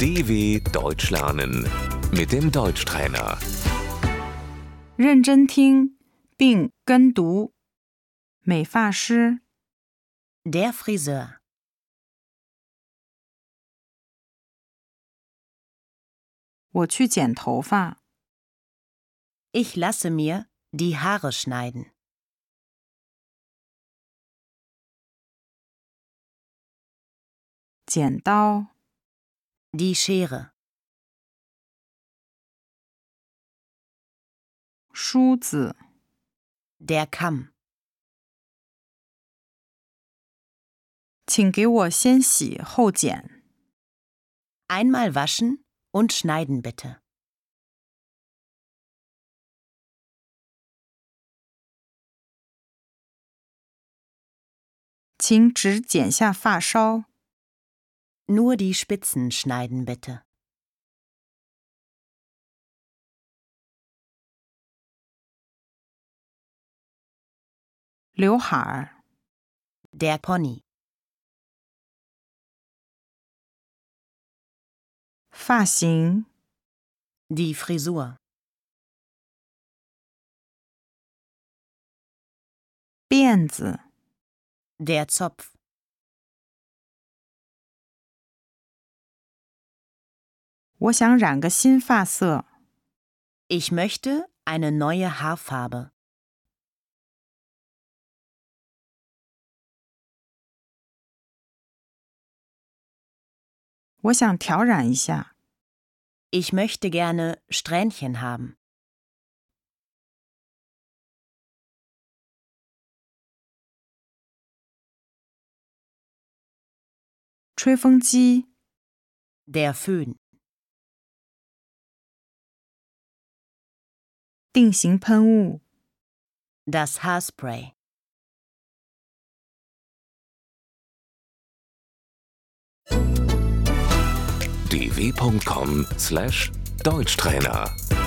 DW Deutsch lernen mit dem Deutschtrainer. 认真听并跟读。美发师、 Der Friseur, 我去剪头发。 ich lasse mir die Haare schneiden. 剪刀、 Die Schere, 梳子、 der Kamm, 请给我先洗后剪。 einmal waschen und schneiden bitte. 请只剪下发梢。 Nur die Spitzen schneiden bitte. 刘海儿、 Der Pony, 发型、 die Frisur, 辫子、 der Zopf, 我想染个新发色。 ich möchte eine neue Haarfarbe. 我想调染一下。 Ich möchte gerne Strähnchen haben. 吹风机、 Der Föhn, 定型喷雾、 das Haarspray, dw.com/deutschtrainer